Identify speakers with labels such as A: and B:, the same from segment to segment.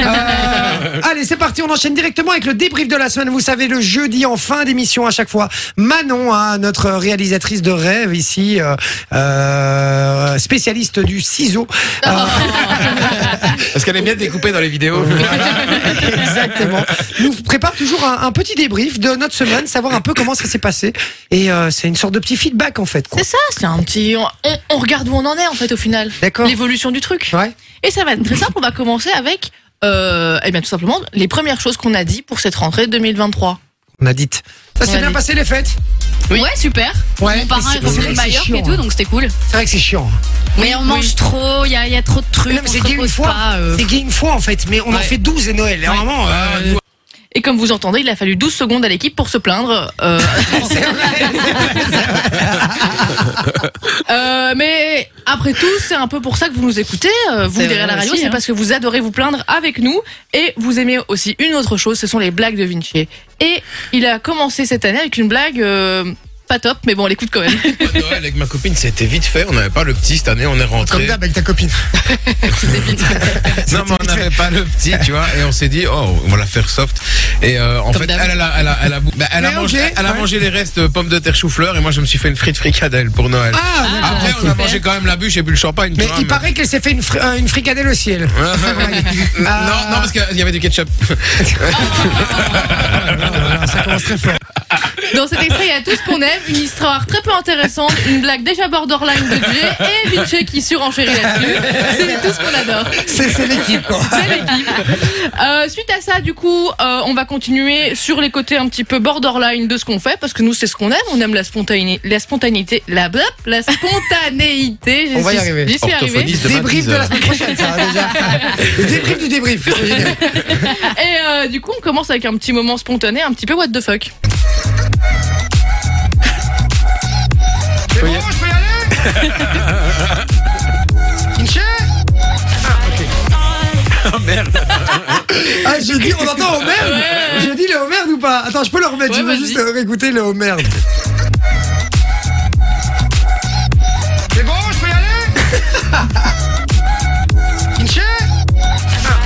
A: Euh, Allez, c'est parti, on enchaîne directement avec le débrief de la semaine. Vous savez, le jeudi en fin d'émission à chaque fois. Manon, hein, notre réalisatrice de rêve ici, euh, euh, spécialiste du ciseau. Euh,
B: Ah.
C: Parce qu'elle aime bien découper dans les vidéos.
A: Exactement. Nous prépare toujours un, un petit débrief de notre semaine, savoir un peu comment ça s'est passé. Et euh, c'est une sorte de petit feedback en fait. quoi.
D: C'est ça, c'est un petit. On, on- on regarde où on en est en fait au final.
A: D'accord.
D: L'évolution du truc.
A: Ouais.
D: Et ça va être très simple, on va commencer avec. Euh, eh bien tout simplement les premières choses qu'on a dit pour cette rentrée 2023.
A: On a dit. Ça s'est
D: Ouais,
A: bien
D: dit.
A: passé les fêtes
B: Ouais, super.
A: Ouais,
B: Mon parrain
A: mais
B: est
A: c'est- c'est
B: revenu
A: vrai
B: de
A: que c'est
B: Majorque
A: chiant,
B: et tout,
A: hein.
B: donc c'était cool.
A: C'est vrai que c'est chiant. hein.
B: Mais on mange trop, il y a, il y a trop de trucs,
A: Non, mais
B: on
A: c'est
B: se
A: gay une
B: repose
A: fois.
B: pas. euh.
A: C'est gay une fois en fait, mais on en
B: Ouais.
A: fait 12 et Noël. Et Normalement, euh,
D: Et comme vous entendez, il a fallu 12 secondes à l'équipe pour se plaindre. euh, Euh, mais après tout, c'est un peu pour ça que vous nous écoutez. euh, Vous
B: C'est
D: derrière la
B: vrai
D: radio,
B: aussi,
D: c'est
B: hein.
D: parce que vous adorez vous plaindre avec nous et vous aimez aussi une autre chose, ce sont les blagues de Vinci. Et il a commencé cette année avec une blague euh, pas top, mais bon, on l'écoute quand même.
C: Noël avec ma copine, c'était vite fait. On n'avait pas le petit cette année, on est
A: Comme
C: rentré.
A: d'hab avec ta copine.
C: Non, mais on n'avait pas le petit, tu vois. Et on s'est dit, oh, on va la faire soft. Et euh, en
D: Comme
C: fait,
D: d'hab.
C: elle, elle a, elle a- elle a bou- bah, elle a
A: Mais
C: mangé,
A: ok,
C: elle a
A: ouais.
C: mangé les restes de pommes de terre chou-fleur. Et moi, je me suis fait une frite fricadelle pour Noël.
A: Ah, d'accord.
C: Après, on a mangé quand même la bûche et bu le champagne. tu
A: Mais
C: vois,
A: il paraît qu'elle s'est fait une, fri- euh, une fricadelle au ciel.
C: Ouais, ouais, ouais. non, non, parce qu'il y avait du ketchup.
A: Ah, ça commence très fort.
D: Dans cet extrait, il y a tout ce qu'on aime, une histoire très peu intéressante, une blague déjà borderline de Jay et Vinci qui surenchérit là-dessus. C'est tout ce qu'on adore.
A: C'est c'est l'équipe, quoi.
D: Euh, suite à ça, du coup, euh, on va continuer sur les côtés un petit peu borderline de ce qu'on fait, parce que nous, c'est ce qu'on aime. On aime la spontanéité, la spontanéité, la, blop, la spontanéité. J'y
A: On va y
D: suis-
A: arriver.
D: J'y suis arrivée.
C: Orthophoniste de
A: Débrief de la
C: 20h.
A: semaine prochaine, ça, déjà. Le débrief du débrief.
D: Et euh, du coup, on commence avec un petit moment spontané, un petit peu what the fuck.
A: C'est bon, je peux y aller Finché
D: Ah,
C: Oh, merde.
A: Ah, j'ai dit, on entend Homer J'ai dit le Homer ou pas Attends, je peux le remettre,
D: Ouais,
A: je veux
D: vas-y.
A: juste euh, réécouter le Homer. C'est bon, je peux y aller Finché Ah,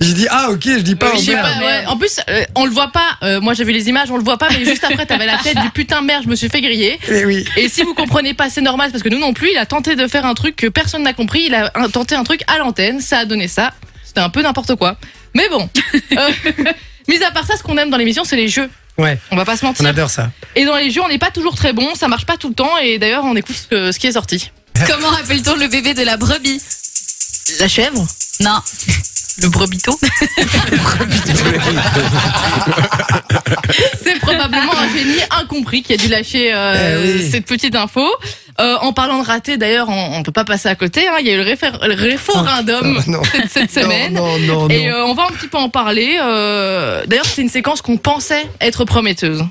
A: J'ai dit, ah, ok, je dis pas
D: Je sais
A: Homer.
D: pas, ouais. En plus, euh, on le voit pas. Euh, moi, j'avais les images, on le voit pas, mais juste après, t'avais la tête du putain merde, je me suis fait griller.
A: Eh oui.
D: Et si vous comprenez pas, c'est normal parce que nous non plus, il a tenté de faire un truc que personne n'a compris. Il a un- tenté un truc à l'antenne, ça a donné ça. C'était un peu n'importe quoi. Mais bon. Euh, mis à part ça, ce qu'on aime dans l'émission, c'est les jeux.
A: Ouais,
D: On va pas se
A: on
D: mentir.
A: adore ça.
D: Et dans les jeux, on n'est pas toujours très bon, ça marche pas tout le temps. Et d'ailleurs, on écoute ce, que- ce qui est sorti.
B: Comment appelle-t-on le bébé de la brebis
D: La chèvre,
B: Non,
D: le brebito. c'est probablement un génie incompris qui a dû lâcher euh,
A: Eh oui.
D: cette petite info. Euh, en parlant de raté, d'ailleurs, on, on peut pas passer à côté. hein, Il y a eu le, réfé- le référendum
A: Ah, non.
D: cette, cette semaine.
A: Non, non, non.
D: Et euh, on va un petit peu en parler. euh, D'ailleurs, c'est une séquence qu'on pensait être prometteuse.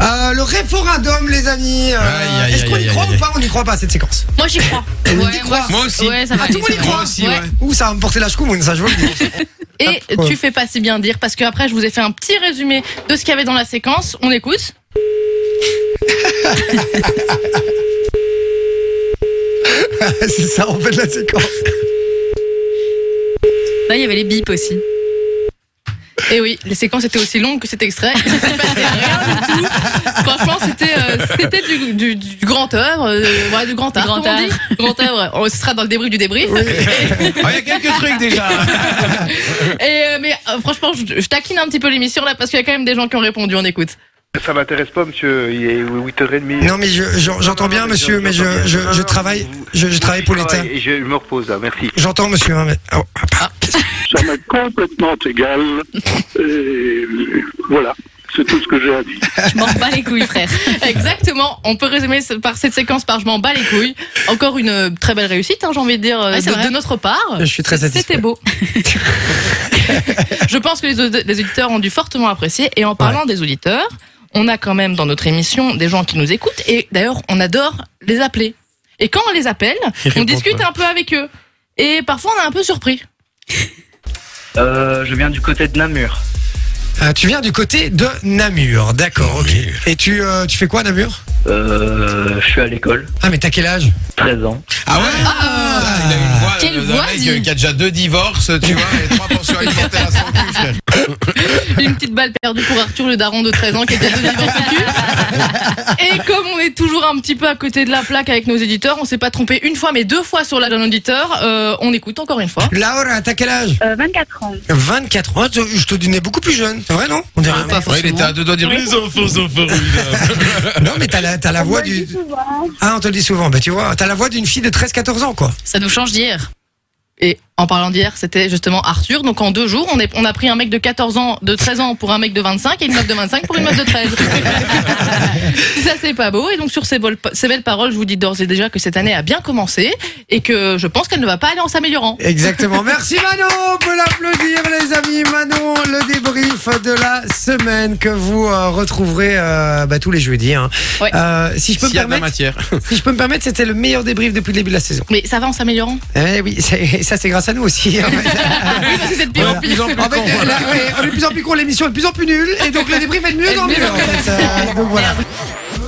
A: Euh, le référendum, les amis. euh,
C: Aïe, aïe,
A: Est-ce qu'on
C: aïe,
A: y
C: aïe,
A: croit
C: aïe.
A: ou pas On n'y croit pas à cette séquence.
D: Moi, j'y crois.
B: Ouais,
A: y croit.
C: Moi aussi.
B: ouais, ça va.
A: Ah, tout le monde y croit.
C: Moi aussi, ouais.
A: Ouh, ça va me porter la choumoune, ça, je veux le dire.
D: Et
A: Hop, ouais.
D: tu fais pas si bien dire parce qu'après, je vous ai fait un petit résumé de ce qu'il y avait dans la séquence. On écoute.
A: C'est ça, en fait, la séquence.
B: Là, il y avait les bips aussi.
D: Et oui, les séquences étaient aussi longues que cet extrait. Il s'est passé rien du tout. Franchement, c'était euh, c'était du, du- du grand œuvre, euh, ouais, du grand
B: Du
D: art,
B: grand
D: comme on dit. Grand œuvre. Oh, Ce sera dans le débrief du débrief.
C: Ah, Il y a quelques trucs déjà.
D: Et euh, mais euh, franchement, je, je taquine un petit peu l'émission là parce qu'il y a quand même des gens qui ont répondu. On écoute.
E: Ça m'intéresse pas, monsieur. Il est 8h30.
A: Non, mais je- je- j'entends bien, monsieur, mais je, je, je travaille, je, je travaille pour l'État.
E: Et je me repose, là, merci.
A: J'entends, monsieur, hein, mais. oh.
C: Ah,
F: Ça m'est complètement égal. Et voilà, c'est tout ce que j'ai à dire.
B: Je m'en bats les couilles, frère.
D: Exactement. On peut résumer ce- par cette séquence par je m'en bats les couilles. Encore une euh, très belle réussite, hein, j'ai envie de dire, euh,
B: Ouais, c'est
D: de,
B: vrai.
D: de notre part.
A: Je suis très
D: C'était-
A: satisfait.
D: C'était beau. je pense que les, aud- les auditeurs ont dû fortement apprécier. Et en parlant des auditeurs, on a quand même dans notre émission des gens qui nous écoutent. Et d'ailleurs, on adore les appeler. Et quand on les appelle, on discute un peu avec eux. Et parfois, on est un peu surpris.
G: Euh, je viens du côté de Namur.
A: Euh, tu viens du côté de Namur, d'accord, ok. Et tu, euh, tu fais quoi, à Namur
G: Euh, je suis à l'école,
A: Ah, mais t'as quel âge
G: 13 ans.
C: Ah ouais Ah, Il a eu le droit
B: Quelle
C: d'un
B: voix,
C: mec
B: dis.
C: euh, qui a déjà deux divorces, tu vois, et trois pensions alimentaires à son cul, frère.
D: Une petite balle perdue pour Arthur, le daron de 13 ans qui était devenu dans ce cul. Et comme on est toujours un petit peu à côté de la plaque avec nos éditeurs, on s'est pas trompé une fois, mais deux fois sur la d'un auditeur. Euh, on écoute encore une fois.
A: Laura, t'as quel âge
H: Euh, 24 ans.
A: 24 ans. Je te donnais beaucoup plus jeune. C'est vrai, non On dirait
D: pas
C: Ouais, il était à deux doigts de dire les enfants sont formidables.
A: Non, mais t'as la, t'as la voix du. Ah, on te le dit souvent. Bah, tu vois, t'as la voix d'une fille de 13-14 ans, quoi.
B: Ça nous change d'hier.
D: Et en parlant d'hier, c'était justement Arthur. Donc en deux jours, on, est, on a pris un mec de 14 ans, de 13 ans pour un mec de 25 et une meuf de 25 pour une meuf de 13. Ça, c'est pas beau. Et donc sur ces, bol- ces belles paroles, je vous dis d'ores et déjà que cette année a bien commencé et que je pense qu'elle ne va pas aller en s'améliorant.
A: Exactement. Merci Manon. On peut l'applaudir, les amis. Manon, le débrief de la semaine que vous euh, retrouverez euh, bah, tous les jeudis. hein.
D: Ouais.
A: Euh, si je peux me
C: S'il y a de la
A: permettre,
C: matière.
A: si je peux me permettre, c'était le meilleur débrief depuis le début de la saison.
D: Mais ça va en s'améliorant. Ah
A: Eh oui, c'est- ça c'est grâce à nous aussi. en fait.
D: Oui, parce que c'est de pire en pire.
A: En fait, la- ouais, on est de plus en plus con, l'émission est de plus en plus nulle, et donc le débrief est de mieux en mieux. en fait. Euh, donc voilà.